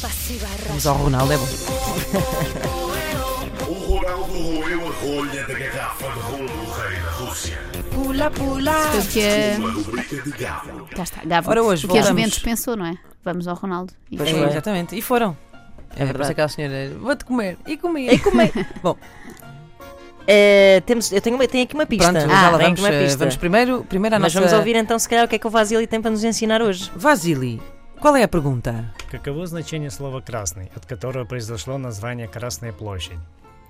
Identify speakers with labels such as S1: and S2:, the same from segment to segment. S1: Passiva
S2: Mas
S1: arrasta.
S2: ao Ronaldo é bom.
S3: O Ronaldo roeu a rolha da garrafa de rolo do rei da Rússia.
S1: Pula, pula.
S4: Foi o que a.
S3: Uma rubrica de galo.
S4: Cá está, Gabo.
S2: Ora, hoje
S4: o que a
S2: voltamos.
S4: Juventus pensou, não é? Vamos ao Ronaldo. E
S2: Pois
S4: foi.
S2: foi, É. exatamente. E foram. É,
S5: verdade.
S2: Aquela senhora, vou-te comer. E comi.
S5: E como é?
S2: Bom.
S5: Eh, temos, eu tenho, uma- tenho aqui uma pista.
S2: Pronto, já
S5: Ah,
S2: lá
S5: tenho
S2: vamos,
S5: aqui uma
S2: eh,
S5: pista.
S2: vamos primeiro, primeiro à
S5: Mas
S2: nossa...
S5: vamos ouvir então, se calhar, o que é que o Vasily tem para nos ensinar hoje.
S2: Vasily, qual é a pergunta?
S6: Каково значение слова «красный», от которого произошло название «Красная площадь»?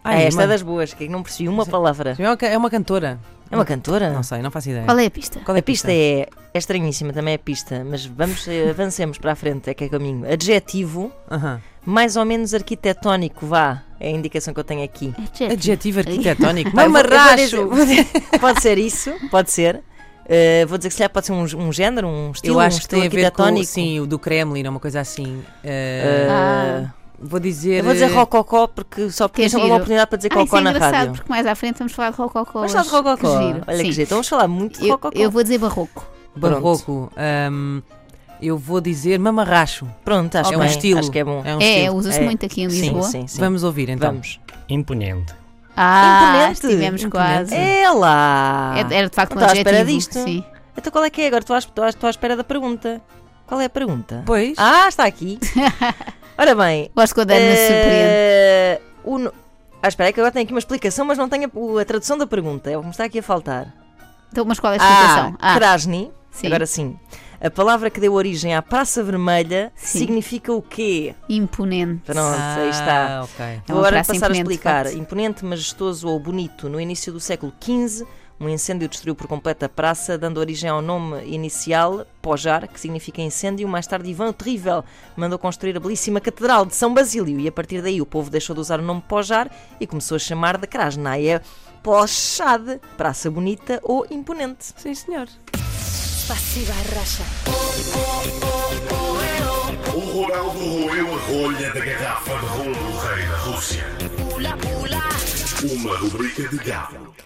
S2: Ai,
S5: é,
S2: Ah, irmã.
S5: esta é das boas, que não percebi uma palavra.
S2: É uma ca- É uma cantora.
S5: É uma cantora?
S2: Não sei, não faço ideia.
S4: Qual é a pista?
S2: Qual é
S5: A pista é, é estranhíssima, também é pista, mas vamos, eh, avancemos para a frente, é que é caminho. Adjetivo,
S2: Aham.
S5: mais ou menos arquitetónico, vá, é a indicação que eu tenho aqui.
S2: Tá,
S4: É Jet.
S2: Adjetivo arquitetónico.
S5: Pá, eu vou- um eu vou
S2: Mamarracho!
S5: dizer- Pode ser isso, pode ser. Eh, vou dizer que se calhar pode ser um, um género, um estilo,
S2: Eu acho
S5: um
S2: que
S5: estilo
S2: tem a ver com
S5: arquitetónico.
S2: sim, o do Kremlin, uma coisa assim. Eh,
S5: Eh,
S4: Ah.
S2: vou dizer.
S5: eu vou dizer
S2: eh,
S5: rococó porque só porque
S4: Que
S5: esta é uma
S4: giro.
S5: oportunidade para dizer
S4: Ah, isso
S5: cocó
S4: é
S5: na
S4: engraçado,
S5: rádio.
S4: porque mais à frente vamos falar de Rococó.
S5: Vamos falar de
S4: hoje.
S5: rococó.
S4: Que giro.
S5: Olha
S4: Sim.
S5: que jeito, vamos falar muito de
S4: Eu,
S5: rococó.
S4: eu vou dizer barroco.
S2: Barroco. Ahm, eu vou dizer mamarracho.
S5: Pronto, acho
S2: é
S5: que
S2: um
S5: bem,
S2: estilo.
S5: Acho que é bom.
S2: um
S4: É,
S2: estilo.
S4: usa-se
S5: É.
S4: muito aqui em
S5: Sim,
S4: Lisboa.
S5: sim, sim.
S2: Vamos ouvir então.
S5: Vamos.
S6: Imponент.
S4: Ah,
S5: Imponente.
S4: estivemos quase.
S5: Ela!
S4: É- Era de facto um
S5: Não estava à espera
S4: adjetivo.
S5: disto.
S4: Sim.
S5: Então qual é que é agora? Estou à, estou à- estou à espera da pergunta. Qual é a pergunta?
S2: Pois.
S5: Ah, está aqui. Ora bem.
S4: Gosto quando a
S5: É.
S4: Ana se surpreende.
S5: eh, o no- Ah, espera, é que agora tenho aqui uma explicação, mas não tenho a, o- a tradução da pergunta. É o que me está aqui a faltar.
S4: Então, mas qual é a explicação?
S5: Ah, Krasny.
S4: sim.
S5: Agora sim. A palavra que deu origem à Praça Vermelha
S4: Sim.
S5: significa o quê?
S4: imponente.
S5: Pronto, aí está.
S2: Ah, ok.
S4: É
S5: Vou
S4: uma
S5: agora
S4: praça
S5: passar a
S4: imponente, de
S5: explicar.
S4: facto.
S5: Imponente, majestoso ou bonito. No início do século XV, um incêndio destruiu por completo a praça, dando origem ao nome inicial, Pojar, que significa incêndio. Mais tarde, Ivan o Terrível mandou construir a belíssima Catedral de São Basílio e a partir daí o povo deixou de usar o nome Pojar e começou a chamar de Krasnaia Pochade, Praça Bonita ou Imponente.
S2: Sim, senhor.
S1: Passiva arrasta.
S3: O Ronaldo roeu a rolha da garrafa de rolo do rei da Rússia.
S1: Pula, pula.
S3: Uma rubrica de galo.